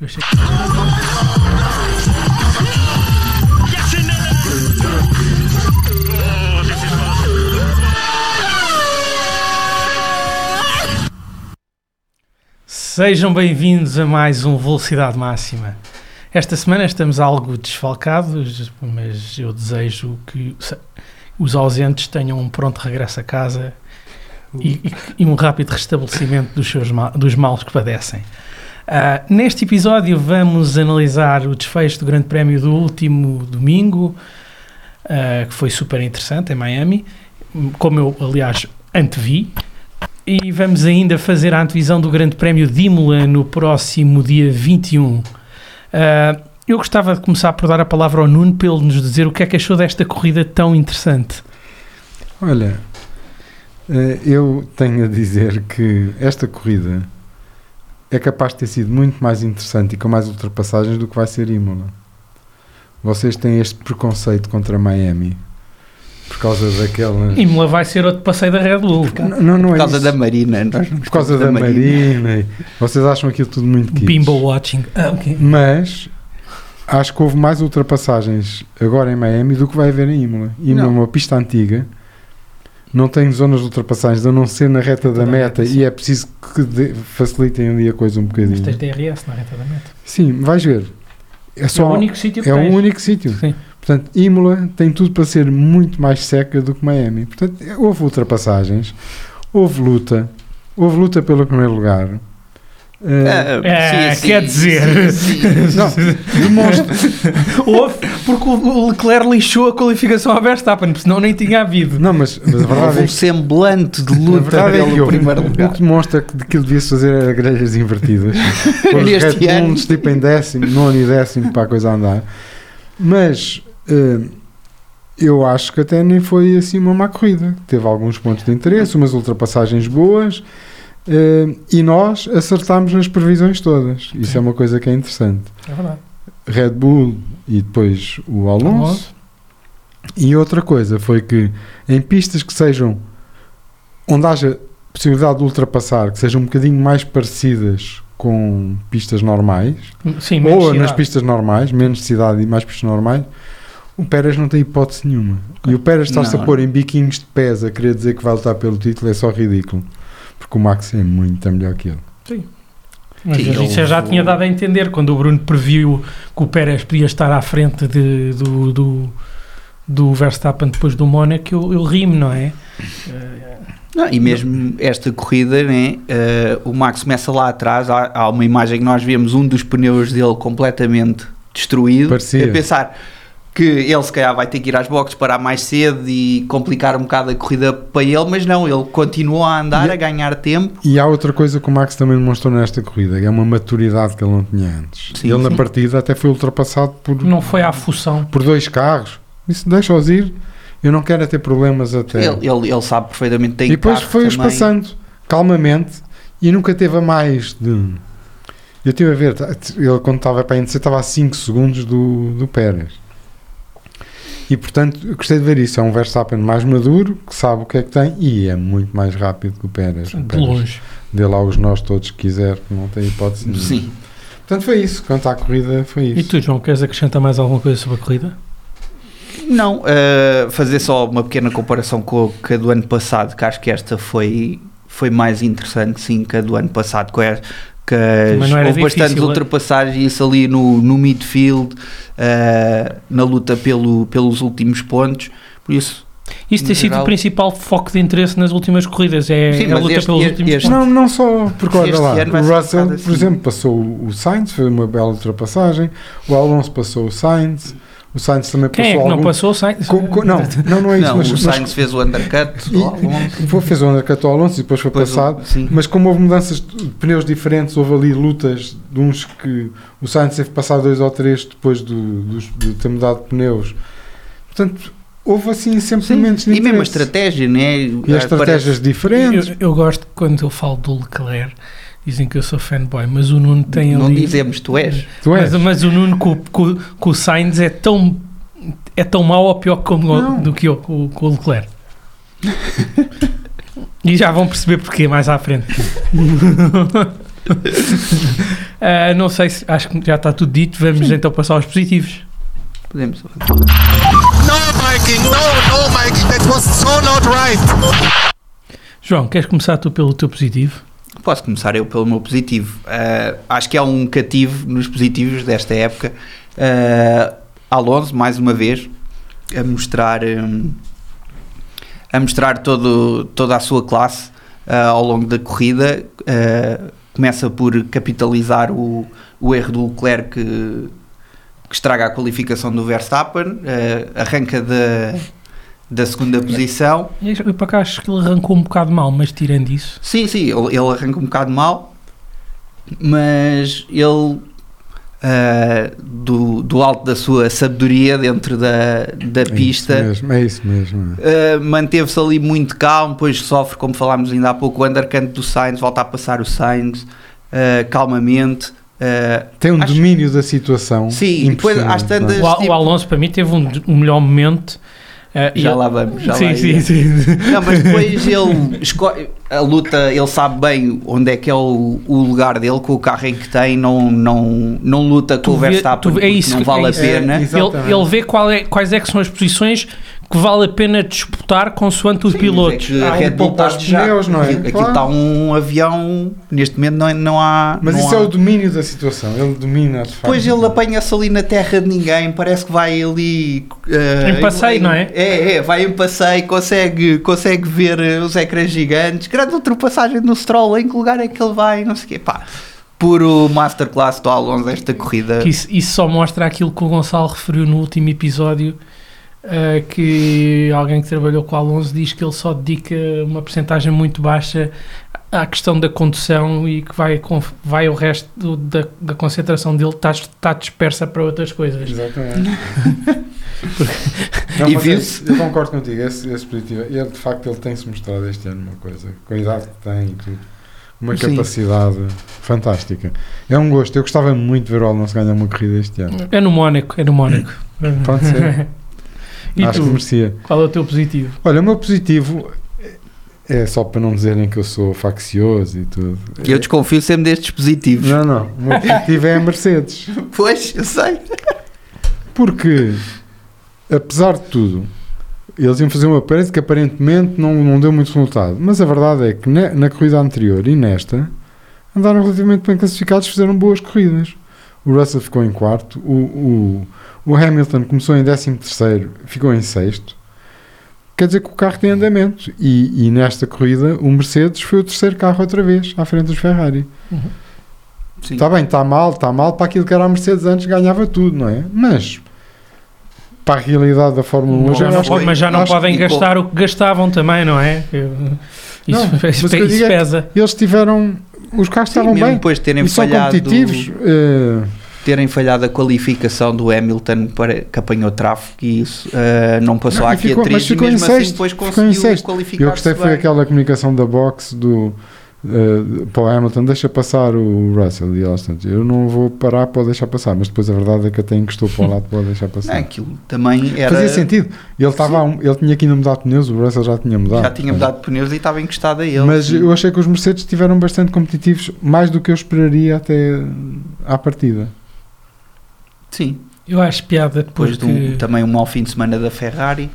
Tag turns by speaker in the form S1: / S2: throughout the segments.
S1: Eu achei que... Sejam bem-vindos a mais um Velocidade Máxima. Esta semana estamos algo desfalcados, mas eu desejo que se- os ausentes tenham um pronto regresso a casa e, e- e um rápido restabelecimento dos, seus ma- dos maus que padecem. Ah, neste episódio vamos analisar o desfecho do Grande Prémio do último domingo, ah, que foi super interessante em Miami, como eu, aliás, antevi. E vamos ainda fazer a antevisão do Grande Prémio de Imola no próximo dia 21. Ah, eu gostava de começar por dar a palavra ao Nuno para ele nos dizer o que é que achou desta corrida tão interessante.
S2: Olha, eh, eu tenho a dizer que esta corrida é capaz de ter sido muito mais interessante e com mais ultrapassagens do que vai ser Imola. Vocês têm este preconceito contra Miami por causa daquela.
S1: Imola vai ser outro passeio da Red Bull.
S2: N- Não, não
S3: Por
S2: é
S3: causa
S2: isso.
S3: da Marina. Nós não
S2: Por causa da,
S3: gostamos
S2: Marina. e- Vocês acham aquilo tudo muito kitsch.
S1: Bimbo watching. Ah, ok.
S2: Mas acho que houve mais ultrapassagens agora em Miami do que vai haver em Imola. Imola é
S3: Não.
S2: uma pista antiga, não tem zonas de ultrapassagens a não ser na reta da
S1: Da
S2: meta
S1: meta,
S2: e é preciso que de- facilitem ali a coisa um
S1: Mas tens
S2: bocadinho.
S1: DRS na reta da meta.
S2: Sim, vais ver. É
S1: é
S2: só.
S1: o único sítio que
S2: É o
S1: tens.
S2: único sítio.
S1: Sim.
S2: Portanto, Imola tem tudo para ser muito mais seca do que Miami. Portanto, é, houve ultrapassagens, houve luta, houve luta pelo primeiro lugar. Eh,
S3: Ah,
S1: É,
S3: sim, sim,
S1: quer
S3: sim,
S1: dizer,
S3: sim, sim.
S2: Não, demonstra.
S1: houve porque o Leclerc lixou a qualificação à Verstappen, porque senão nem tinha havido.
S2: Não, mas, mas a verdade
S3: Houve
S2: é
S3: um
S2: que
S3: semblante de
S2: A
S3: luta
S2: verdade é que
S3: pelo
S2: eu,
S3: primeiro
S2: O
S3: lugar.
S2: que demonstra que de- que ele devia-se fazer era grelhas invertidas. Pôr os
S3: Neste
S2: Red
S3: ano.
S2: Bulls, tipo em décimo, nono e décimo para a coisa andar. Mas eh, eu acho que até nem foi assim uma má corrida. Teve alguns pontos de interesse, umas ultrapassagens boas. eh, e nós acertámos nas previsões todas. Isso é uma coisa que é interessante.
S1: É verdade.
S2: Red Bull e depois o
S1: Alonso.
S2: Alonso. E outra coisa foi que em pistas que sejam onde haja possibilidade de ultrapassar, que sejam um bocadinho mais parecidas com pistas normais,
S1: Sim,
S2: ou
S1: menos
S2: nas
S1: cidade.
S2: pistas normais, menos cidade e mais pistas normais, o Pérez não tem hipótese nenhuma. E o Pérez está-se a
S3: Não.
S2: pôr em biquinhos de pés a querer dizer que vai lutar pelo título, é só ridículo. Porque o Max é muito melhor que ele.
S1: Mas
S3: Sim,
S1: isso eu
S3: houve-
S1: já tinha dado a entender quando o Bruno previu que o Pérez podia estar à frente de- do, do, do Verstappen depois do Mónaco. Eu, eu rimo, não é?
S3: Não, e mesmo esta corrida, né, eh, o Max começa lá atrás. Há, há uma imagem que nós vemos um dos pneus dele completamente destruído.
S2: Parecia.
S3: A pensar que ele se calhar vai ter que ir às boxes parar mais cedo e complicar um bocado a corrida para ele, mas não, ele continua a andar,
S2: E-
S3: a ganhar tempo.
S2: E há outra coisa que o Max também demonstrou nesta corrida, que é uma maturidade que ele não tinha antes.
S3: Sim,
S2: ele
S3: sim.
S2: na partida até foi ultrapassado por,
S1: Não foi à função.
S2: por dois carros. Isso deixa-os ir, eu não quero é ter problemas até.
S3: Ele, ele, ele sabe perfeitamente que tem
S2: e depois
S3: carro
S2: foi-os
S3: também.
S2: passando calmamente e nunca teve a mais de. Eu estive a ver, tá, ele quando estava para índice estava a 5 segundos do, do Pérez. E portanto, eu gostei de ver isso. É um Verstappen mais maduro, que sabe o que é que tem e é muito mais rápido que o Pérez. O
S1: De
S2: Pérez
S1: longe.
S2: Dê lá os nós todos que quiser, que não tem hipótese nenhuma.
S3: Sim.
S2: Portanto, foi isso. Quanto à corrida, foi isso.
S1: E tu, João, queres acrescentar mais alguma coisa sobre a corrida?
S3: Não, eh, fazer só uma pequena comparação com a- com a do ano passado, que acho que esta foi, foi mais interessante, sim, que a do ano passado, com a, que
S1: Mas
S3: as,
S1: não é? era
S3: houve bastantes
S1: difícil,
S3: ultrapassagens, e isso ali no, no midfield, eh, na luta pelo, pelos últimos pontos, por isso...
S1: Isso
S3: No
S1: tem sido
S3: geral-
S1: o principal foco de interesse nas últimas corridas. É
S3: Sim,
S1: a
S3: mas
S1: luta
S3: este-
S1: pelos
S3: este-
S1: últimos
S3: este-
S1: pontos.
S2: Não, não só, porque olha
S3: Este
S2: lá,
S3: ano vai ser
S2: o
S3: um
S2: Russell,
S3: bocado assim.
S2: por exemplo, passou o o Sainz, foi uma bela ultrapassagem, o Alonso passou o Sainz, o Sainz também
S1: Quem é
S2: passou
S1: que não
S2: algum...
S1: passou? Sainz?
S2: Co- co- não, não, não é isso,
S3: não,
S2: mas,
S3: o
S2: mas-
S3: Sainz fez o undercut,
S2: E-
S3: o Alonso,
S2: foi- fez o undercut ao Alonso e depois foi
S3: depois o-
S2: passado,
S3: sim.
S2: mas como houve mudanças de pneus diferentes, houve ali lutas de uns que o Sainz teve que passar dois ou três depois do, dos- de ter mudado de pneus, portanto, houve assim sempre
S3: Sim,
S2: momentos de
S3: E mesmo a
S2: interesse.
S3: estratégia, né?
S2: E as
S3: Ah, parece-
S2: estratégias diferentes,
S1: Eu, eu gosto quando eu falo do Leclerc, dizem que eu sou fanboy, mas o Nuno tem
S3: Não
S1: ali. É.
S3: dizemos, tu és.
S2: tu és.
S1: Mas, mas o Nuno com, com, com o Sainz é tão, é tão mau ou pior como o-
S2: Não.
S1: do que eu com, com o Leclerc. e já vão perceber porquê mais à frente. Ah, não sei se. Acho que já está tudo dito. Vamos então passar aos positivos.
S3: Podemos.
S4: No, Mikey, no, no, Mikey, that was so not right.
S1: João, queres começar tu pelo teu positivo?
S3: Posso começar eu pelo meu positivo. Ah, acho que há um cativo nos positivos desta época. Ah, Alonso, mais uma vez, a mostrar, hum, a mostrar todo, toda a sua classe ah, ao longo da corrida. Ah, começa por capitalizar o, o erro do Leclerc que, que estraga a qualificação do Verstappen, ah, arranca da, da segunda posição.
S1: Eu para cá acho que ele arrancou um bocado mal, mas tirando isso.
S3: Sim, sim, ele, ele arranca um bocado mal, mas ele, ah, do, do alto da sua sabedoria dentro da, da pista,
S2: É isso mesmo. É isso mesmo.
S3: ah, manteve-se ali muito calmo, depois sofre, como falámos ainda há pouco, o undercut do Sainz, volta a passar o Sainz ah, calmamente. ah,
S2: Tem um
S3: Acho-
S2: domínio da situação.
S3: Sim, e depois às
S2: impressionante, é?
S3: tantas-
S1: O, Al- o Alonso para mim teve um, um melhor momento. ah, e
S3: já
S1: ele-
S3: lá vamos, já
S1: sim,
S3: lá
S1: sim,
S3: ia.
S1: sim.
S3: Não, mas depois ele escolhe a luta, ele sabe bem onde é que é o, o lugar dele com o carro em que tem, não, não, não luta com
S1: Tu
S3: o
S1: vê-
S3: Verstappen,
S1: tu vê- é
S3: porque
S1: isso
S3: não
S1: que-
S3: vale
S1: é
S3: a
S1: isso.
S3: pena.
S2: É, isso. Exatamente.
S1: Ele, ele vê qual é- quais é que são as posições que vale a pena disputar consoante os
S3: Sim,
S1: pilotos.
S3: mas É que a
S2: Ah,
S3: Red
S2: um
S3: Bull está
S2: pouco pneus, não é?
S3: Aquilo aquilo
S2: Claro.
S3: está um avião, neste momento não, é, não há.
S2: Mas
S3: não
S2: isso
S3: há.
S2: é o domínio da situação. Ele domina de facto.
S3: Depois ele apanha-se ali na terra de ninguém, parece que vai ali. eh,
S1: Em passeio, não é?
S3: É, é, vai em passeio, consegue, consegue ver eh, os ecrãs gigantes. Grande ultrapassagem no Stroll, em que lugar é que ele vai, não sei o quê. Pá, puro masterclass do Alonso esta corrida.
S1: Que isso, isso só mostra aquilo que o Gonçalo referiu no último episódio, ah, que alguém que trabalhou com o Alonso diz que ele só dedica uma percentagem muito baixa à questão da condução e que vai, com- vai o resto do- da, da concentração dele está está dispersa para outras coisas.
S2: Exatamente. Não,
S3: E
S2: mas
S3: viu-se.
S2: é- Eu concordo contigo, esse, esse positivo. Ele, de facto, ele tem-se mostrado este ano uma coisa. Com a idade que tem e tudo. Uma
S3: Sim.
S2: capacidade fantástica. É um gosto. Eu gostava muito de ver o Alonso ganhar uma corrida este ano.
S1: É no Mónaco, é no Mónaco.
S3: Hum.
S2: Pode ser.
S1: e
S2: Acho que
S1: tu,
S2: merecia.
S1: qual é o teu positivo?
S2: Olha, o meu positivo é só para não dizerem que eu sou faccioso e tudo.
S3: Eu desconfio sempre destes positivos.
S2: Não, não. O meu positivo é a Mercedes.
S3: Pois, eu sei.
S2: Porque, apesar de tudo, eles iam fazer um aparelho que aparentemente não, não deu muito resultado. Mas a verdade é que na, na corrida anterior e nesta, andaram relativamente bem classificados, fizeram boas corridas. O Russell ficou em quarto, o, o, o Hamilton começou em décimo terceiro, ficou em sexto. Quer dizer que o carro tem andamento. E, e nesta corrida, o Mercedes foi o terceiro carro outra vez, à frente dos Ferrari.
S3: Sim.
S2: Está Tá bem, está mal, está mal para aquilo que era a Mercedes antes, ganhava tudo, não é? Mas para a realidade da Fórmula 1
S1: Não,
S2: hoje,
S3: é
S2: eu
S1: não
S2: acho
S1: pode-
S2: que-
S1: mas já não
S2: acho
S1: podem
S3: que ficou-
S1: gastar o que gastavam também, não é? Eu- Isso,
S2: Não, mas
S1: isso
S2: o que eu digo é que-
S1: pesa.
S2: eles tiveram. Os carros
S3: Sim,
S2: estavam
S3: mesmo
S2: tá bem
S3: depois de terem
S2: e são
S3: falhado,
S2: competitivos. eh,
S3: terem falhado a qualificação do Hamilton para, que apanhou tráfego e isso eh, não passou
S2: Não,
S3: à
S2: e ficou-
S3: Q3
S2: mas
S3: e
S2: ficou em
S3: mesmo assim
S2: sexto,
S3: depois
S2: ficou em
S3: conseguiu
S2: sexto. eu
S3: qualificar-se
S2: gostei
S3: bem.
S2: foi aquela comunicação da box do. eh, para o Hamilton, deixa passar o Russell e ela tanto. Eu não vou parar, pode deixar passar, mas depois a verdade é que até encostou para o lado, pode deixar
S3: Não,
S2: passar.
S3: É, aquilo também era.
S2: Fazia sentido. Ele, estava, a um- ele tinha que ainda mudar de pneus, o Russell já tinha mudado.
S3: Já tinha
S2: portanto.
S3: mudado de pneus e estava encostado a ele.
S2: Mas
S3: sim.
S2: eu achei que os Mercedes estiveram bastante competitivos, mais do que eu esperaria até à partida.
S3: Sim,
S1: Eu acho piada depois
S3: depois
S1: porque...
S3: de um, também um mau fim de semana da Ferrari,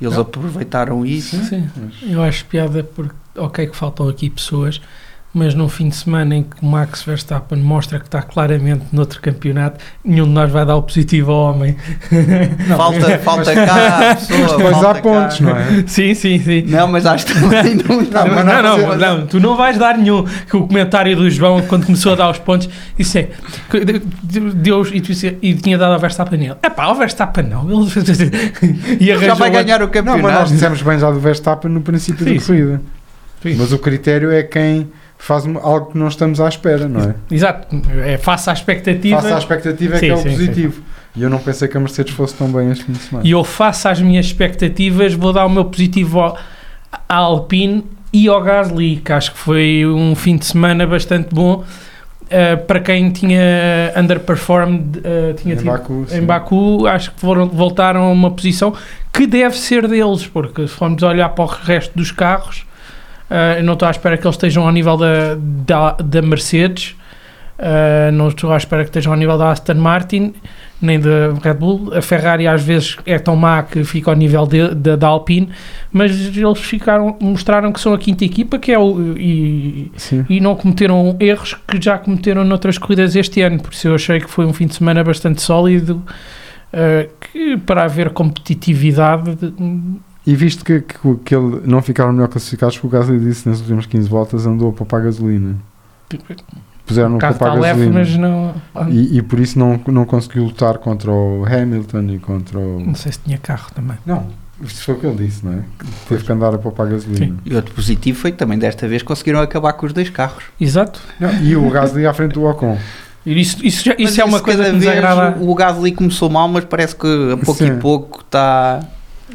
S3: eles aproveitaram isso.
S1: Sim, eu acho piada porque, ok, que faltam aqui pessoas, mas num fim de semana em que o Max Verstappen mostra que está claramente noutro campeonato, nenhum de nós vai dar o positivo ao homem.
S3: falta, falta cá a pessoa.
S2: Depois
S3: falta
S2: há pontos,
S3: cá.
S2: não é?
S1: sim, sim, sim.
S3: Não, mas acho que também não dá.
S1: Não,
S2: mas
S1: não,
S2: não
S1: não,
S2: fazer-
S1: não, tu não vais dar nenhum. Que o comentário do João, quando começou a dar os pontos, disse é, que de- de- Deus, e, tu disse- e tinha dado ao Verstappen ele. É pá, ao Verstappen não. Ele, e
S3: Já
S1: arranjou
S3: vai
S1: outro.
S3: ganhar o
S2: Não, mas nós
S3: campeonato.
S2: dissemos bem já do Verstappen no princípio
S1: Sim,
S2: da corrida.
S1: Sim.
S2: Mas o critério é quem faz uma- algo que não estamos à espera, não é?
S1: Exato, é, face à expectativa.
S2: Faça à expectativa é
S1: Sim,
S2: que é o
S1: sim,
S2: positivo. E eu não pensei que a Mercedes fosse tão bem este fim de semana.
S1: E eu faço às minhas expectativas, vou dar o meu positivo ao, à Alpine e ao Gasly, que acho que foi um fim de semana bastante bom eh, para quem tinha underperformed, eh, tinha
S2: em
S1: tido
S2: Baku, sim.
S1: em Baku, acho que foram, voltaram a uma posição que deve ser deles, porque se formos olhar para o resto dos carros, Ah, eu não estou à espera que eles estejam ao nível da, da, da Mercedes, ah, não estou à espera que estejam ao nível da Aston Martin, nem da Red Bull. A Ferrari às vezes é tão má que fica ao nível de- da- da Alpine, mas eles ficaram, mostraram que são a quinta equipa que é o, e,
S2: Sim.
S1: e não cometeram erros que já cometeram noutras corridas este ano, por isso eu achei que foi um fim de semana bastante sólido, eh, que para haver competitividade, de-
S2: E visto que, que, que ele não ficaram melhor classificados, porque o Gasly disse nas últimas 15 voltas andou a poupar gasolina. Puseram
S1: o
S2: a
S1: carro está
S2: poupar
S1: leve,
S2: gasolina.
S1: mas não, ah,
S2: E, e por isso não, não conseguiu lutar contra o Hamilton e contra o.
S1: não sei se tinha carro também.
S2: Não, isto foi o que ele disse, não é? Que teve que andar a poupar gasolina.
S3: E outro positivo foi que também desta vez conseguiram acabar com os dois carros.
S1: Exato,
S2: Não, e o Gasly à frente do Ocon.
S1: E isso, isso, já-
S3: Mas
S1: isso é uma coisa
S3: cada
S1: que nos
S3: vez
S1: agrada.
S3: O Gasly começou mal, mas parece que a pouco
S2: Sim.
S3: e pouco está.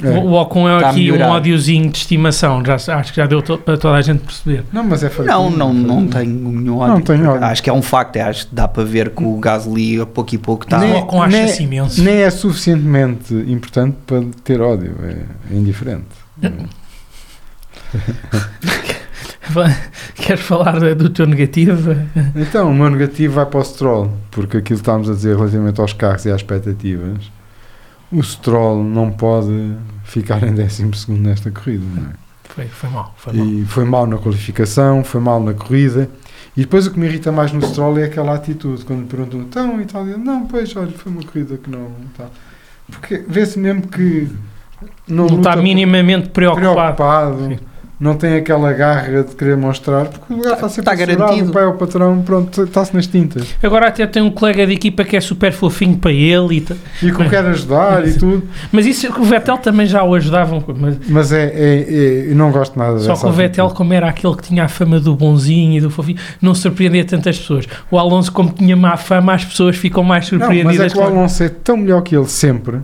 S2: É.
S1: O Ocon é
S3: Está a
S1: aqui um
S3: melhorar.
S1: ódiozinho de estimação, já, acho que já deu to- para toda a gente perceber.
S2: Não, mas é fraquinho,
S3: Não, não,
S2: fraquinho.
S3: não tenho nenhum ódio.
S2: Não tenho ódio. Hum.
S3: Acho que é um facto, é, acho que dá para ver que o Gasly a pouco e pouco tá está.
S1: o
S2: Nem-
S1: Ocon acha-se
S2: nem-
S1: imenso.
S2: Nem é suficientemente importante para ter ódio. É, é indiferente.
S1: Queres falar eh, do teu negativo?
S2: Então, o meu negativo vai para o Stroll, porque aquilo que estávamos a dizer relativamente aos carros e às expectativas, o Stroll não pode ficar em 12 nesta corrida. Não é?
S1: Foi, foi mal, foi mal.
S2: E foi mal na qualificação, foi mal na corrida. E depois o que me irrita mais no Stroll é aquela atitude, quando lhe perguntam então e tal, ele, não, pois, olha, foi uma corrida que não. Tal. Porque vê-se mesmo que
S1: Não
S2: não,
S1: está
S2: luta
S1: minimamente preocupado.
S2: preocupado,
S1: Sim.
S2: não tem aquela garra de querer mostrar, porque o lugar está,
S3: Está-
S2: sempre
S3: está
S2: assegurado,
S3: garantido.
S2: o pai é o patrão, pronto, está-se nas tintas.
S1: Agora até tem um colega de equipa que é super fofinho para ele. e ta-
S2: e que o quer ajudar e tudo,
S1: Mas isso o Vettel também já o ajudavam. Mas
S2: mas é, é- é- tipo- eu não gosto nada
S1: só
S2: dessa
S1: que o Vettel,
S2: atitude.
S1: como era aquele que tinha a fama do bonzinho e do fofinho, não surpreendia tantas pessoas. O Alonso, como tinha má fama, as pessoas ficam mais
S2: não, mas é
S1: surpreendidas.
S2: que o
S1: com-
S2: Alonso é tão melhor que ele sempre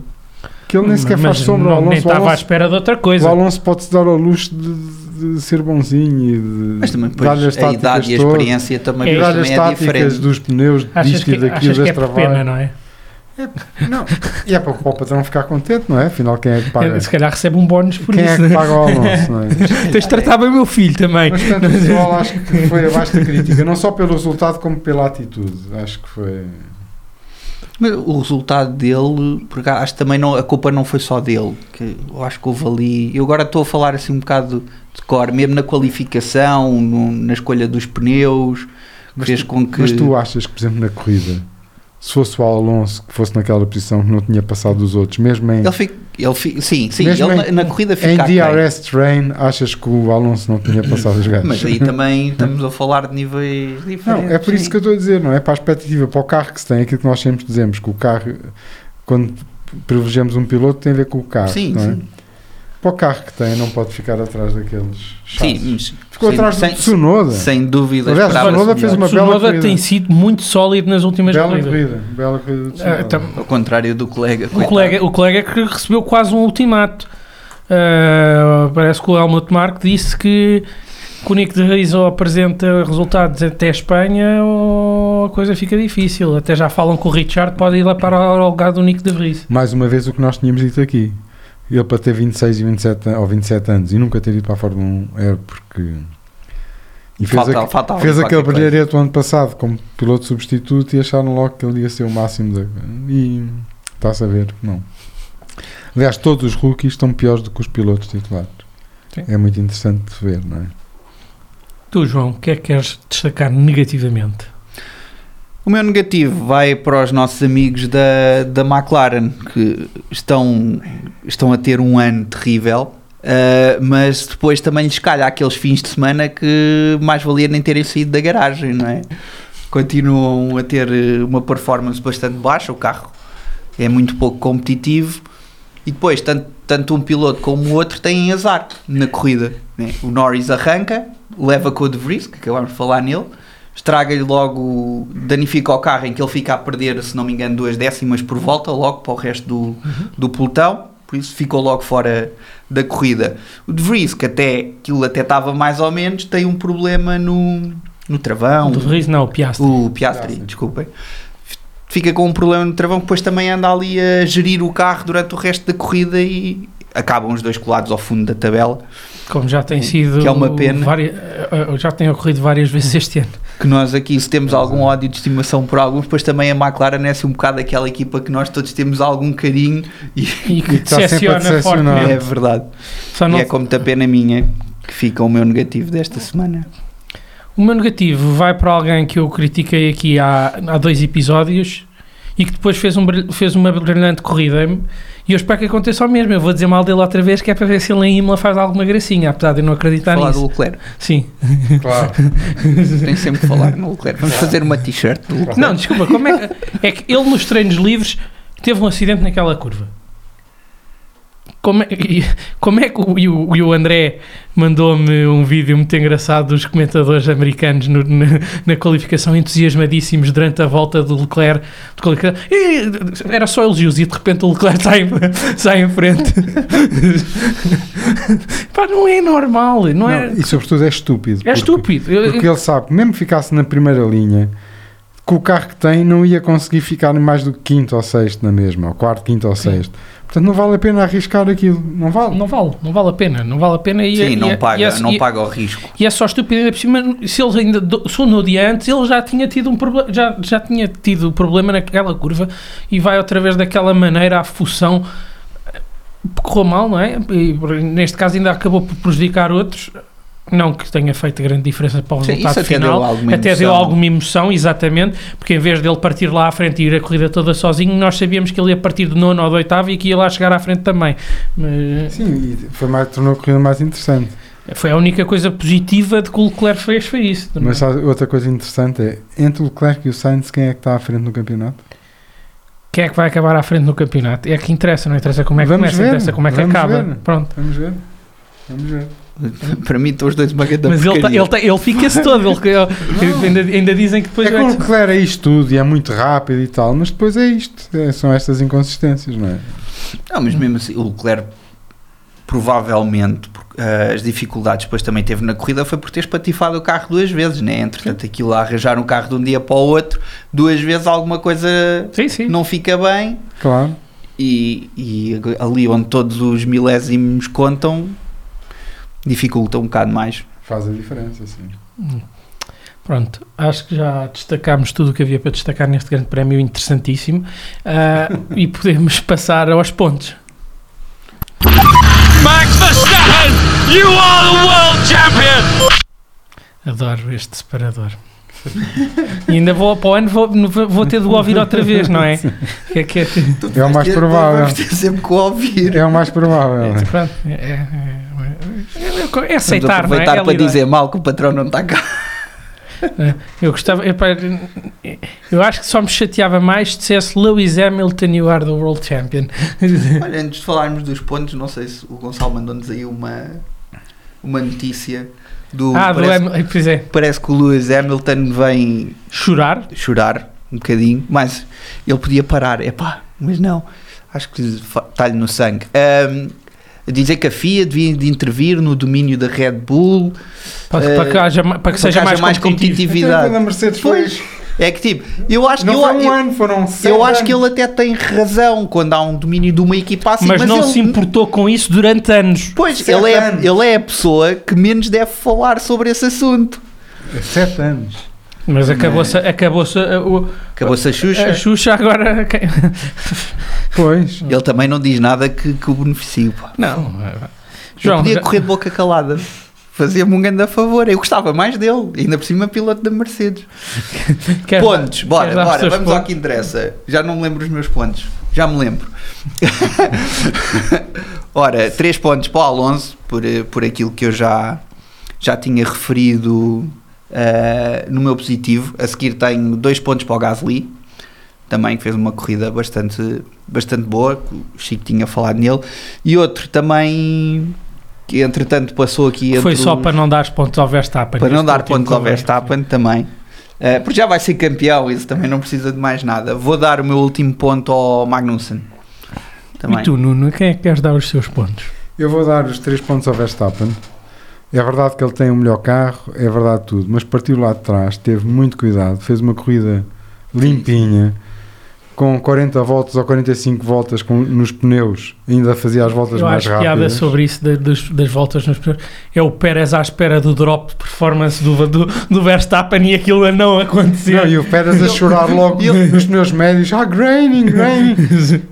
S2: que ele nem sequer
S1: Mas
S2: faz sombra ao
S1: não- Nem tá
S2: Alonso. O
S1: estava à
S2: Alonso,
S1: espera de outra
S2: o
S1: coisa.
S2: Alonso pode-se dar ao luxo de, de ser bonzinho e de
S3: Mas também pois,
S2: dar-lhe as
S3: a
S2: táticas
S3: idade e a
S2: todas,
S3: experiência também,
S1: É.
S2: e
S3: pois,
S2: dar-lhe as
S3: também é
S2: táticas
S3: diferente.
S2: dos pneus,
S1: Achas
S2: disto
S1: que,
S2: e daquilo,
S1: achas que
S2: das
S1: é por pena,
S2: travagens.
S1: não é?
S2: Não, e é para, para o patrão ficar contente, não é? Afinal, quem é que paga?
S1: Se calhar recebe um bónus por
S2: Quem é
S1: isso.
S2: que
S1: né?
S2: paga ao Alonso, não é?
S1: Tens de tratar bem o meu filho também.
S2: Mas tanto o pessoal acho que foi abaixo da crítica, não só pelo resultado como pela atitude. Acho que foi.
S3: Mas o resultado dele, porque acho que também não, a culpa não foi só dele. Que eu acho que houve ali. Eu agora estou a falar assim um bocado de cor, mesmo na qualificação, no- na escolha dos pneus, que
S2: Mas
S3: fez com que.
S2: Mas tu achas que, por exemplo, na corrida, se fosse o Alonso que fosse naquela posição que não tinha passado dos outros, mesmo em,
S3: Ele fica. Ele fica sim, sim,
S2: Mesmo
S3: ele
S2: em-
S3: na, na corrida
S2: em
S3: fica aquém.
S2: DRS Train, achas que o Alonso não tinha passado os gajos?
S3: Mas aí também estamos a falar de níveis diferentes.
S2: Não, é por isso
S3: sim.
S2: que eu estou a dizer, não é? Para a expectativa, para o carro que se tem, é aquilo que nós sempre dizemos, que o carro, quando privilegiamos um piloto, tem a ver com o carro.
S3: Sim,
S2: não é?
S3: sim.
S2: Para o carro que tem, não pode ficar atrás daqueles.
S3: Sim,
S2: chatos.
S3: mas
S2: Ficou
S3: sem-
S2: atrás
S3: sem-
S2: do Tsunoda.
S3: Sem dúvida,
S2: Aliás,
S3: esperava-se
S2: Tsunoda fez
S3: melhor.
S2: uma
S1: o
S2: bela
S1: Tsunoda
S2: corrida.
S1: tem sido muito sólido nas últimas
S2: bela
S1: corridas.
S2: corrida, bela corrida do
S1: Ah,
S2: Tsunoda.
S1: tam-
S3: Ao contrário do colega.
S1: O
S3: coitado.
S1: colega, o colega que recebeu quase um ultimato. Ah, parece que o Helmut Marco disse que, que o Nick de Reis ou apresenta resultados até a Espanha ou a coisa fica difícil. Até já falam que o Richard pode ir lá para o lugar do Nick de Reis.
S2: Mais uma vez o que nós tínhamos dito aqui. Ele para ter 26 e 27, an- ou 27 anos e nunca ter ido para a Fórmula 1 era porque. E fez,
S3: Falta-
S2: aque-
S1: Ah,
S3: faltava
S2: fez
S3: qualquer
S2: aquele
S3: coisa.
S2: brilhareto ano passado como piloto substituto e acharam logo que ele ia ser o máximo. Da, e está-se a ver que não. Aliás, todos os rookies estão piores do que os pilotos titulares.
S1: Sim.
S2: É muito interessante de ver, não é?
S1: Tu, João, o que é que queres destacar negativamente?
S3: O meu negativo vai para os nossos amigos da, da McLaren, que estão, estão a ter um ano terrível, ah, mas depois também lhes calha aqueles fins de semana que mais valia nem terem saído da garagem, não é? Continuam a ter eh, uma performance bastante baixa, o carro é muito pouco competitivo, e depois, tanto, tanto um piloto como o outro têm azar na corrida. né? O Norris arranca, leva com o De Vries, que acabámos de falar nele, estraga-lhe logo, danifica o carro em que ele fica a perder, se não me engano, duas décimas por volta, logo para o resto do, do pelotão, por isso ficou logo fora da corrida. O De Vries, que até aquilo até estava mais ou menos, tem um problema no, no travão,
S1: de Reis não, o Piastri.
S3: o Piastri,
S2: Piastri.
S3: desculpem. F- Fica com um problema no travão que depois também anda ali a gerir o carro durante o resto da corrida e acabam os dois colados ao fundo da tabela,
S1: Como já tem sido.
S3: Que é uma pena.
S1: várias- eh, eh, já tem ocorrido várias vezes este ano.
S3: que nós aqui, se temos algum ódio de estimação por alguns, pois também a McLaren é assim um bocado aquela equipa que nós todos temos algum carinho e
S1: E que
S2: está sempre a
S1: decepciona
S2: decepcionar.
S1: fortemente.
S3: é verdade.
S1: Só Ah. Tá, não-
S3: E é com muita pena minha que fica o meu negativo desta semana.
S1: O meu negativo vai para alguém que eu critiquei aqui há, há dois episódios e que depois fez, um brilh- fez uma brilhante corrida. E eu espero que aconteça ao mesmo. Eu vou dizer mal dele outra vez, que é para ver se ele em Imola faz alguma gracinha, apesar de eu não acreditar
S3: falar
S1: Tá nisso.
S3: do Leclerc.
S1: Sim.
S2: Claro.
S3: Tem sempre que falar no Leclerc. Vamos fazer uma t-shirt do Leclerc.
S1: Não, desculpa, como é que, é que ele nos treinos livres teve um acidente naquela curva? Como é, e- como é que o, e o, e o André mandou-me um vídeo muito engraçado dos comentadores americanos no- na, na qualificação, entusiasmadíssimos durante a volta do Leclerc? de qualificação. E, era só elogios e de repente o Leclerc sai, em- sai em frente. Pá, não é normal, não, é?
S2: E sobretudo é estúpido.
S1: É
S2: porque-
S1: estúpido. Eu-
S2: Porque ele sabe que mesmo que ficasse na primeira linha, com o carro que tem, não ia conseguir ficar mais do que quinto ou sexto na mesma, ou quarto, quinto ou sexto. Portanto, não vale a pena arriscar aquilo. Não vale.
S1: Não vale, não vale a pena, não vale a pena. E,
S3: Sim,
S1: e-
S3: não
S1: e-
S3: paga,
S1: e-
S3: não
S1: e-
S3: paga o risco.
S1: E é só estúpido ainda por cima, se eles ainda do- se no dia antes, ele já tinha tido um problema, já, já tinha tido problema naquela curva e vai outra vez daquela maneira à função correu mal, não é? E, neste caso ainda acabou por prejudicar outros, não que tenha feito grande diferença para o
S3: Sim,
S1: resultado
S3: isso até
S1: final.
S3: deu alguma
S1: até deu
S3: emoção.
S1: alguma emoção, exatamente, porque em vez dele partir lá à frente e ir a corrida toda sozinho, nós sabíamos que ele ia partir de nono ou de oitavo e que ia lá chegar à frente também. Mas-
S2: Sim, e foi mais, tornou a corrida mais interessante.
S1: foi a única coisa positiva de que o Leclerc fez, foi isso. também.
S2: Mas sabe, outra coisa interessante é, entre o Leclerc e o Sainz, quem é que está à frente no campeonato?
S1: Quem é que vai acabar à frente no campeonato? É que interessa, não interessa como é que
S2: Vamos
S1: começa,
S2: ver,
S1: interessa como é que
S2: vamos
S1: acaba.
S2: ver.
S1: Pronto.
S2: Vamos ver. Vamos ver.
S3: Para mim estão os dois uma grande
S1: Mas ele, tá-
S3: porcaria.
S1: ele, tá- ele fica-se todo. Ele, ele- ainda, ainda dizem que depois
S2: é que
S1: vai.
S2: o Leclerc é isto tudo e é muito rápido e tal, mas depois é isto. É, são estas inconsistências, não é?
S1: tá-
S3: Não, mas mesmo assim, o Leclerc provavelmente porque, ah, as dificuldades depois também teve na corrida foi por ter espatifado o carro duas vezes, né? Entretanto, aquilo a arranjar um carro de um dia para o outro, duas vezes alguma coisa
S1: Sim, sim.
S3: não fica bem
S2: Claro.
S3: e, e ali onde todos os milésimos contam dificulta um bocado mais.
S2: Faz a diferença, sim.
S1: Pronto. Acho que já destacámos tudo o que havia para destacar neste grande prémio interessantíssimo. Ah, e podemos passar aos pontos.
S5: Max Verstappen, you are the world champion.
S1: Adoro este separador. e ainda vou para o ano, vou, vou ter de o ouvir outra vez, não é? Que é que é?
S2: É o mais provável.
S3: Vamos ter sempre que o ouvir.
S2: É o mais
S3: Tá
S2: provável.
S1: É, pronto, é- é- é- é- é
S3: Vamos
S1: aceitar, não é?
S3: aproveitar
S1: É
S3: para
S1: lidar.
S3: dizer mal que o patrão não está cá.
S1: Eu gostava. epá, eu acho que só me chateava mais se dissesse Lewis Hamilton, you are the world champion.
S3: Olha, antes de falarmos dos pontos, não sei se o Gonçalo mandou-nos aí uma, uma notícia do.
S1: ah, do
S3: parece,
S1: Hamilton. Pois é,
S3: parece que o Lewis Hamilton vem
S1: chorar.
S3: chorar um bocadinho, mas ele podia parar, epá, mas não. Acho que está-lhe no sangue. Ahm, dizer que a FIA devia de intervir no domínio da Red Bull
S1: Para,
S3: Eh,
S1: para que, haja, ma- para que
S3: para
S1: seja
S3: que haja
S1: mais,
S3: mais
S1: competitivo.
S3: competitividade.
S2: Então, a Mercedes
S3: Pois. É que tipo, eu acho,
S2: então, Não
S3: eu,
S2: foi um
S3: eu,
S2: ano, foram sete
S3: eu acho que
S2: anos.
S3: ele até tem razão quando há um domínio de uma equipa assim,
S1: mas,
S3: mas,
S1: não
S3: ele,
S1: se importou com isso durante anos.
S3: Pois,
S2: Sete
S3: ele é,
S2: anos.
S3: ele é a pessoa que menos deve falar sobre esse assunto.
S2: Sete anos.
S1: Mas acabou-se acabou
S3: Acabou-se a Xuxa.
S1: a Xuxa agora. quem-
S2: Pois.
S3: Ele também não diz nada que, que o beneficie. Pá.
S1: Não.
S3: João,
S1: João,
S3: podia
S1: já-
S3: correr de boca calada. Fazia-me um grande favor. Eu gostava mais dele. Ainda por cima, piloto da Mercedes.
S1: queres-
S3: pontos, bora,
S1: queres dar os
S3: bora.
S1: teus
S3: Vamos ao
S1: pontos?
S3: que interessa. Já não me lembro os meus pontos. Já me lembro. Ora, três pontos para o Alonso, por, eh, por aquilo que eu já, já tinha referido eh, no meu positivo. A seguir tenho dois pontos para o Gasly, também que fez uma corrida bastante, bastante boa, que o Chico tinha falado nele. E outro também, que entretanto passou aqui entre
S1: Foi só
S3: os-
S1: para não dar os pontos ao Verstappen.
S3: para não
S1: neste
S3: dar
S1: último
S3: pontos ao
S1: convés.
S3: Verstappen também. Eh, porque já vai ser campeão, isso também não precisa de mais nada. Vou dar o meu último ponto ao Magnussen.
S1: E tu, Nuno, a quem é que queres dar os seus pontos?
S2: Eu vou dar os três pontos ao Verstappen. É verdade que ele tem o melhor carro, é verdade tudo, mas partiu lá de trás, teve muito cuidado, fez uma corrida limpinha, com 40 voltas ou 45 voltas com, nos pneus, ainda fazia as voltas
S1: Eu
S2: mais
S1: acho que piada
S2: rápidas.
S1: sobre isso da- dos- das, voltas nos pneus. É o Pérez à espera do drop de performance do, do, do Verstappen e aquilo a não acontecer.
S2: Não, e o Pérez a chorar logo nos pneus médios, ah, graining, graining.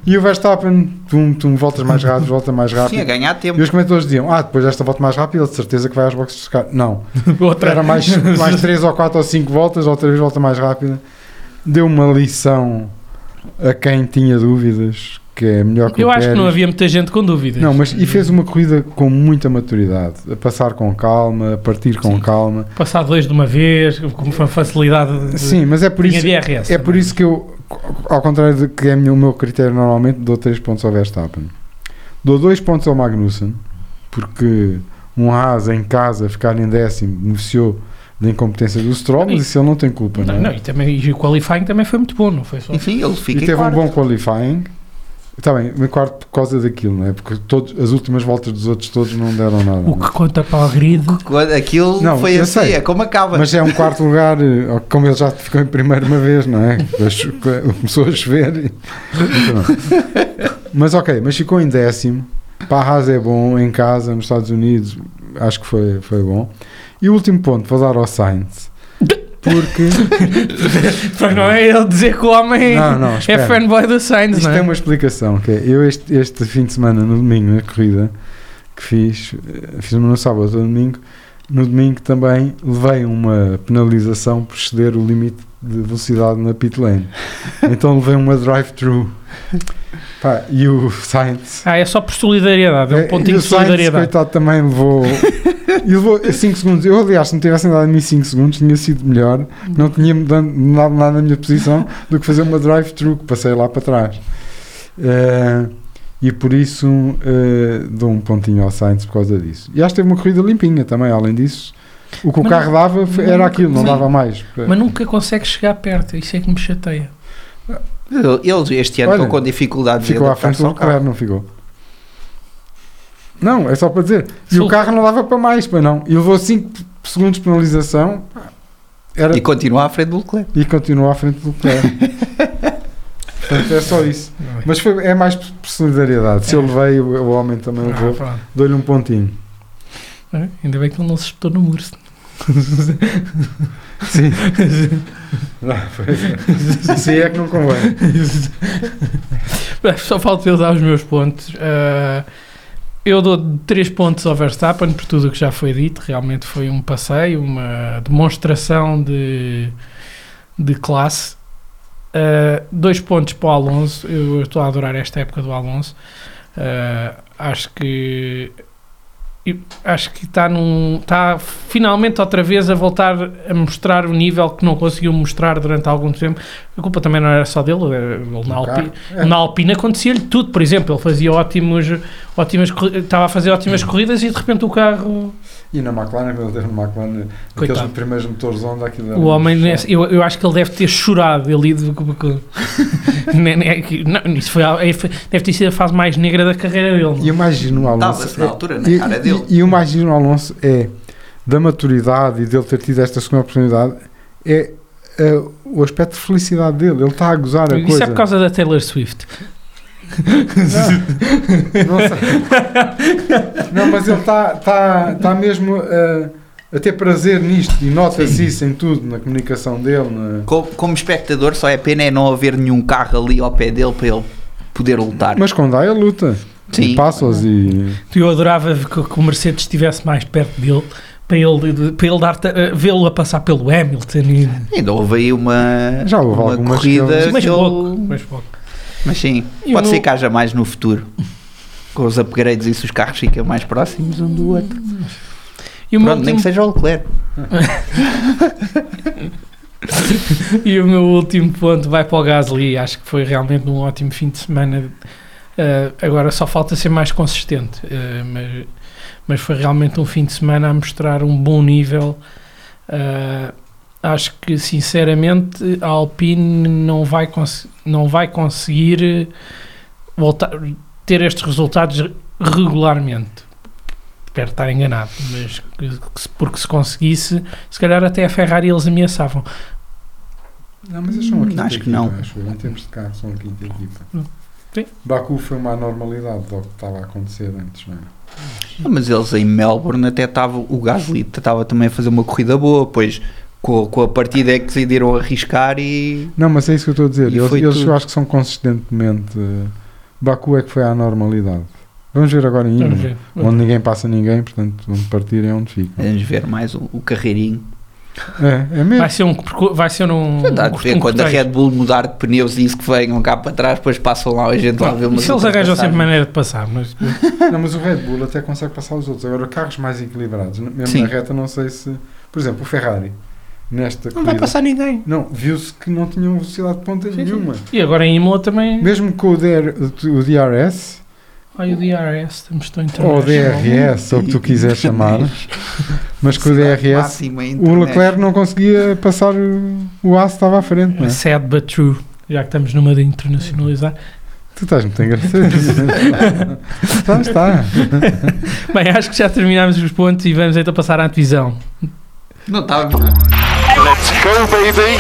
S2: E o Verstappen, tum, tum, voltas mais rápido, volta mais
S3: Sim, a
S2: rápido.
S3: ganhar
S2: tipo- E
S3: tempo.
S2: os comentadores diziam, ah, depois desta volta mais rápida, de certeza que vai às boxes buscar. Não,
S1: Outra.
S2: era mais, mais 3 ou 4 ou 5 voltas, outra vez volta mais rápida. Deu uma lição a quem tinha dúvidas, que é melhor que
S1: Eu
S2: o
S1: acho que não
S2: Pérez.
S1: havia muita gente com dúvidas.
S2: Não, mas e fez uma corrida com muita maturidade, a passar com calma, a partir com calma.
S1: Passar dois de uma vez, com uma facilidade. De...
S2: Sim, mas é por
S1: Tinha
S2: isso,
S1: DRS
S2: é por
S1: também.
S2: isso que eu, ao contrário do que é o meu critério normalmente, dou 3 pontos ao Verstappen. Dou 2 pontos ao Magnussen, porque um Haas em casa ficar em décimo beneficiou da incompetência do Stroll, mas isso ele não tem culpa,
S1: Não,
S2: não, é?
S1: não, e, também, e o qualifying também foi muito bom, não foi só.
S3: Enfim, ele
S2: E
S3: fica em
S2: teve um
S3: quarto.
S2: bom qualifying. Está bem, me quarto por causa daquilo, não é? Porque todos, as últimas voltas dos outros todos não deram nada.
S1: O
S2: não é?
S1: que conta para o grid.
S3: Quando- Aquilo
S2: Não,
S3: foi
S2: eu
S3: assim,
S2: sei.
S3: é como acaba.
S2: Mas é um quarto lugar, eh, como ele já ficou em primeiro uma vez, não é? Depois Começou a chover. e- Pronto. Mas ok, mas ficou em décimo. Para a Haas é bom, em casa, nos Estados Unidos, acho que foi, foi bom. E o último ponto, vou dar ao Sainz. Porque.
S1: Mas não é ele dizer que o homem
S2: Não, não,
S1: é
S2: espera.
S1: fanboy do Sainz,
S2: Isto
S1: não é?
S2: tem uma explicação, que é, eu este, este fim de semana, no domingo, na corrida que fiz, eh, fiz uma no sábado, outra no domingo, no domingo também levei uma penalização por exceder o limite de velocidade na pit lane. Então levei uma drive-thru. Pá, E o Sainz...
S1: Ah, é só por solidariedade, é
S2: eh,
S1: um pontinho
S2: e o
S1: de
S2: Sainz,
S1: solidariedade.
S2: coitado, também levou... E levou 5 é segundos. Eu, aliás, se me tivessem dado a mim 5 segundos, tinha sido melhor. Não tinha mudado nada, nada na minha posição do que fazer uma drive-thru que passei lá para trás. Eh, e por isso eh, dou um pontinho ao Sainz por causa disso. E acho que teve uma corrida limpinha também, além disso. O que o
S1: Mas
S2: carro dava foi-
S1: mas
S2: era
S1: nunca-
S2: aquilo, não
S1: sim.
S2: dava mais.
S1: Mas nunca consegue chegar perto, isso é que me chateia.
S3: Eles este ano
S2: Olha,
S3: estão com dificuldades de
S2: ficou à frente
S3: adaptar-se
S2: do
S3: ao carro.
S2: Leclerc, não ficou? Não, é só para dizer. E
S1: Sim.
S2: o carro não dava para mais, para não. E levou 5 segundos de penalização era,
S3: E
S2: e,
S3: continua à frente do Leclerc.
S2: continuou à frente do Leclerc. Portanto, é só isso.
S1: Não é?
S2: Mas foi, é mais por solidariedade. Se eu levei, o, o homem também
S1: Ah,
S2: levou.
S1: pronto.
S2: Dou-lhe um pontinho.
S1: Ah, Ainda bem que ele não se espetou no muro.
S2: Sim. Sim, é que não convém.
S1: Bem, Só falta eu dar os meus pontos. Ah, eu dou 3 pontos ao Verstappen por tudo o que já foi dito. Realmente foi um passeio, uma demonstração de, de classe. 2 Eh, pontos para o Alonso. Eu estou a adorar esta época do Alonso. Ah, acho que. e Acho que está num. Está finalmente outra vez a voltar a mostrar o nível que não conseguiu mostrar durante algum tempo. A culpa também não era só dele, era- ele na Alpine,
S2: é.
S1: na Alpine acontecia-lhe tudo, por exemplo, ele fazia ótimos, ótimas, corri- estava a fazer ótimas corridas e de repente o carro,
S2: E na McLaren, meu Deus, na McLaren,
S1: Coitado.
S2: aqueles primeiros motores Honda, aquilo era um
S1: o homem,
S2: muito
S1: nesse- eu, eu acho que ele deve ter chorado ali, de, com- com- Ne- ne- Né, que- não, isso foi, a- é- foi- deve ter sido a fase mais negra da carreira
S2: chato.
S1: dele.
S2: E eu imagino o Alonso.
S3: Estava-se na altura, na
S2: e,
S3: cara
S2: e-
S3: dele.
S2: e eu imagino o Alonso é da maturidade e dele ter tido esta segunda oportunidade, é, é, o aspecto de felicidade dele. Ele está a gozar a
S1: Isso
S2: coisa.
S1: é por causa da Taylor Swift.
S2: Não, não sei. Não, mas ele está tá, tá mesmo eh, a, ter prazer nisto e nota-se isso em tudo, na comunicação dele. na-
S3: Co- Como, espectador, só é pena é não haver nenhum carro ali ao pé dele para ele poder lutar.
S2: Mas quando há, ele luta.
S3: Sim.
S2: E passa-os e.
S1: Eu adorava que, que o Mercedes estivesse mais perto dele para ele, para ele dar, ta- eh, vê-lo a passar pelo Hamilton. e-
S3: Ainda houve aí uma,
S2: Já houve
S3: uma
S2: algumas que
S3: corrida.
S2: ele-
S1: mas
S3: que ele-
S1: pouco, mas pouco.
S3: mas sim,
S1: E
S3: pode
S1: o
S3: ser
S1: meu-
S3: que haja mais no futuro. Com os upgrades e se os carros ficam mais próximos um do outro.
S1: E o meu
S3: Pronto, nem
S1: último-
S3: que seja o Leclerc.
S1: E o meu último ponto vai para o Gasly. Acho que foi realmente um ótimo fim de semana. Ah, agora só falta ser mais consistente. Ah, mas, mas foi realmente um fim de semana a mostrar um bom nível. Ah, acho que, sinceramente, a Alpine não vai, cons- não vai conseguir eh, voltar, ter estes resultados re- regularmente. Espero estar enganado, mas que- que se- porque se conseguisse, se calhar até a Ferrari eles ameaçavam.
S2: Não, mas eles são a quinta
S3: Acho que
S2: equipa,
S3: não.
S2: Acho eu, em termos de carro, são a quinta equipa.
S1: Sim.
S2: Baku foi uma anormalidade ao que estava a acontecer antes, não é?
S3: Ah, Mas eles em Melbourne até estava o Gasly estava também a fazer uma corrida boa, pois com, com a partida é que decidiram arriscar e
S2: Não, mas é isso que eu estou a dizer.
S3: E
S2: Eles,
S3: foi
S2: eles
S3: tudo.
S2: eu acho que são consistentemente. eh, Baku é que foi à normalidade. Vamos ver agora em
S1: Vamos
S2: Imola,
S1: ver.
S2: Hum. onde ninguém passa ninguém, portanto, onde partir é onde fica.
S3: vamos ver mais o, o carreirinho.
S2: É, é mesmo.
S1: Vai ser um. percu- Vai ser um.
S3: Dá
S1: um
S3: de ver quando a
S1: cortejo.
S3: Red Bull mudar de pneus e isso que venham cá para trás, depois passam lá a gente lá
S1: Não,
S3: ver uma
S1: isso eles arranjam sempre maneira de passar, mas
S2: Não, mas o Red Bull até consegue passar os outros. Agora, carros mais equilibrados, n- mesmo
S3: Sim.
S2: na reta, não sei se. Por exemplo, o Ferrari, nesta
S3: Não vai
S2: corrida.
S3: passar ninguém.
S2: Não, viu-se que não tinham velocidade de ponta
S1: Sim, sim.
S2: nenhuma.
S1: E agora em Imola também.
S2: Mesmo com o, DR, o DRS,
S1: Ai, o DRS, estamos tão
S2: ou o
S1: um internacional.
S2: DRS, ou o que tu quiser chamar, mas com o DRS
S3: Máxima
S2: O
S3: internet.
S2: Leclerc não conseguia passar o, o aço, estava à frente, não é?
S1: Sad but true. Já que estamos numa de internacionalizar.
S2: Tu estás muito engraçado. está, está.
S1: Bem, acho que já terminámos os pontos e vamos então passar à antevisão.
S3: Não estava
S5: Let's go, baby.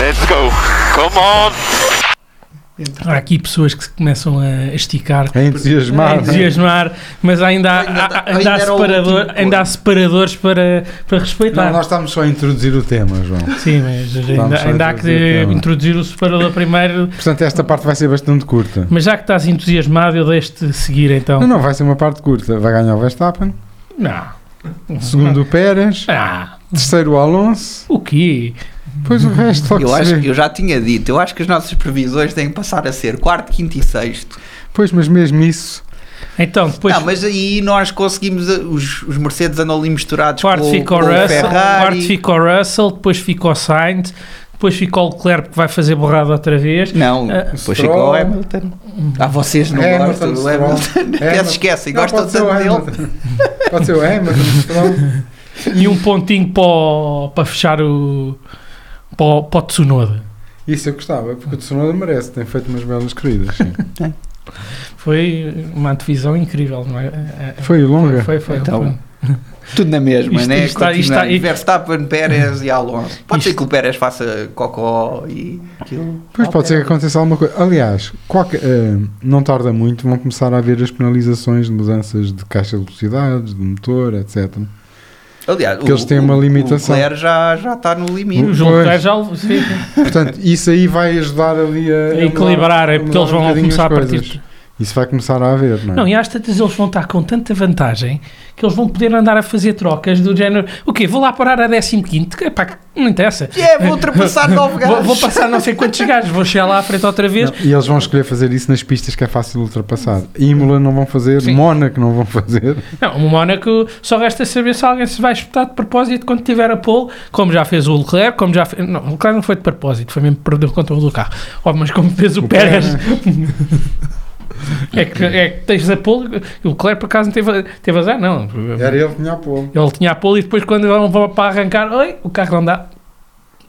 S5: Let's go. Come on.
S1: Há aqui pessoas que se começam a esticar,
S2: É
S1: a
S2: entusiasmado.
S1: entusiasmar, mas ainda há,
S3: Ainda
S1: há- ainda
S3: tá-
S1: há
S3: ainda era o
S1: separador-
S3: último
S1: ainda há separadores para, para respeitar.
S2: Não, nós estamos só a introduzir o tema, João.
S1: Sim, mas ainda,
S2: só
S1: ainda há que é um-
S2: introduzir o tema.
S1: introduzir o separador primeiro.
S2: Portanto, esta parte vai ser bastante curta.
S1: Mas já que estás entusiasmado, eu deixo-te seguir então.
S2: Não, não, vai ser uma parte curta. Vai ganhar o Verstappen,
S1: Não.
S2: segundo o Pérez,
S1: Ah,
S2: terceiro o Alonso,
S1: o quê?
S2: depois o resto logo
S3: Eu,
S2: se
S3: acho,
S2: vê.
S3: eu já tinha dito, eu acho que as nossas previsões têm que passar a ser quarto, quinto e sexto.
S2: Pois, mas mesmo isso,
S1: Então, depois
S3: Não, mas aí nós conseguimos, eh, os, os Mercedes andam ali misturados
S1: quarto
S3: com,
S1: fica o
S3: com o
S1: Russell, quarto
S3: Ferrari.
S1: fica o Russell, depois fica o Sainz, depois fica o Leclerc que vai fazer borrada outra vez.
S3: Não,
S1: Ah,
S3: depois
S2: Stroll.
S3: fica o Hamilton. Ah, vocês não
S2: Hamilton,
S3: gostam do
S2: Stroll.
S3: Hamilton. Até
S2: Hamilton.
S3: se esquecem,
S2: Não,
S3: gostam
S2: pode ser o
S3: tanto dele.
S2: Hamilton. Pode ser o Hamilton, Stroll.
S1: E um pontinho para, o- para fechar o. para, o- para o Tsunoda.
S2: Isso eu gostava, porque o Tsunoda merece, tem feito umas belas corridas. sim.
S1: Foi uma antevisão incrível, não é? É, é,
S2: Foi longa.
S1: Foi, foi.
S3: Então,
S1: foi.
S3: Tudo na mesma,
S1: Isto-
S3: né?
S1: isto está- isto está-
S3: Continuando. Verstappen, Pérez e Alonso. Pode
S1: Isto-
S3: ser que o Pérez faça cocó e aquilo.
S2: Pois pode ser que aconteça alguma coisa. Aliás, qualquer- eh, não tarda muito, vão começar a haver as penalizações de mudanças de caixa de velocidades, de motor, etc.
S3: Aliás,
S2: Porque eles têm uma limitação.
S3: O Leclerc já, já está no
S1: O
S3: limite.
S1: João
S2: Pois.
S1: Leclerc já o- sim, sim.
S2: Portanto, isso aí vai ajudar ali a,
S1: a equilibrar, é porque
S2: mudar
S1: eles
S2: um
S1: vão
S2: bocadinho
S1: começar a
S2: as
S1: partir.
S2: coisas. Isso vai começar a haver, não é?
S1: Não, e às tantas eles vão estar com tanta vantagem que eles vão poder andar a fazer trocas do género. O quê? Vou lá parar a 15? Epá, não interessa.
S3: É, vou ultrapassar
S1: Vou,
S3: nove gajos.
S1: vou passar não sei quantos gajos, vou chegar lá à frente outra vez.
S2: Não, e eles vão escolher fazer isso nas pistas que é fácil de ultrapassar. Imola não vão fazer,
S1: Sim.
S2: Mónaco não vão fazer.
S1: Não, o Mónaco só resta saber se alguém se vai espetar de propósito quando tiver a pole, como já fez o Leclerc, como já fez. Não, o Leclerc não foi de propósito, foi mesmo que perdeu o controle do carro. Oh, mas como fez o,
S2: O
S1: Pérez.
S2: Pérez.
S1: é, que, é que tens a pole. O Leclerc por acaso não teve, teve azar, não.
S2: Era ele que tinha a polo.
S1: Ele tinha a pole e depois quando vão vão para arrancar, oi, o carro não dá.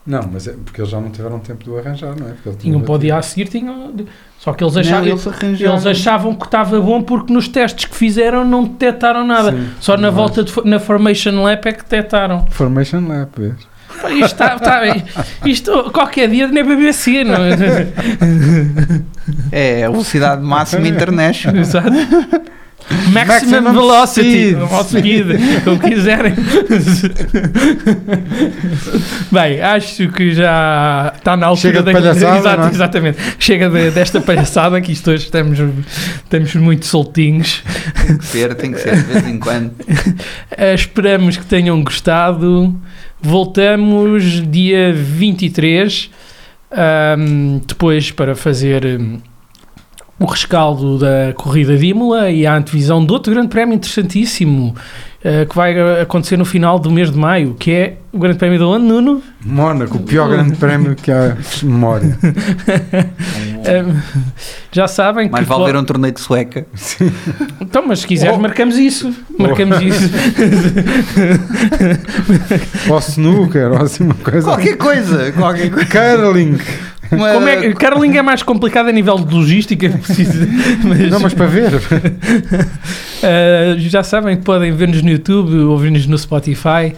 S2: Não, mas é porque eles já não tiveram tempo de o arranjar, não é? Porque ele tinha
S1: Tinham para o
S2: batido.
S1: dia um a seguir, tinham. Só que eles
S3: Não,
S1: achavam.
S3: eles arranjaram.
S1: Eles achavam que estava bom porque nos testes que fizeram não detectaram nada.
S2: Sim.
S1: Só na
S2: Mas-
S1: volta de fo- na Formation Lap é que detectaram.
S2: Formation Lap, vês?
S1: Pá, Isto, está, está- isto qualquer dia nem BBC, não é?
S3: É, a velocidade máxima international.
S1: Exato. Maximum,
S2: Maximum
S1: velocity,
S2: speed.
S1: ou speed, como quiserem. Bem, acho que já está na altura
S2: Chega de
S1: da-
S2: palhaçada,
S1: Exato,
S2: não é?
S1: Exatamente. Chega de- desta palhaçada que isto hoje estamos, estamos muito soltinhos.
S3: Tem que ser, tem que ser de vez em quando.
S1: Eh, esperamos que tenham gostado. Voltamos dia 23, ahm, depois para fazer hum, o rescaldo da corrida de Imola e a antevisão de outro grande prémio interessantíssimo eh, que vai eh, acontecer no final do mês de maio, que é o grande prémio de onde, Nuno?
S2: Mónaco, o pior grande prémio que há memória.
S1: Ahm, já sabem
S3: Mais
S1: que...
S3: vale ver um torneio de sueca.
S1: Então, mas se quiseres,
S2: Oh.
S1: marcamos isso. Marcamos isso.
S2: Ou snooker, ou assim uma coisa.
S3: Qualquer coisa, qualquer coisa.
S2: Curling.
S3: Uma-
S1: Como é que... Carling é mais complicado a nível de logística, é preciso... mas-
S2: Não, mas para ver.
S1: Eh, Uh, já sabem que podem ver-nos no YouTube, ouvir-nos no Spotify.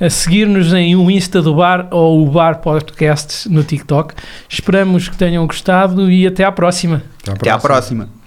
S1: a seguir-nos em um Insta do Bar ou o Bar Podcast no TikTok. Esperamos que tenham gostado e até à próxima.
S2: Até à
S3: Até à próxima.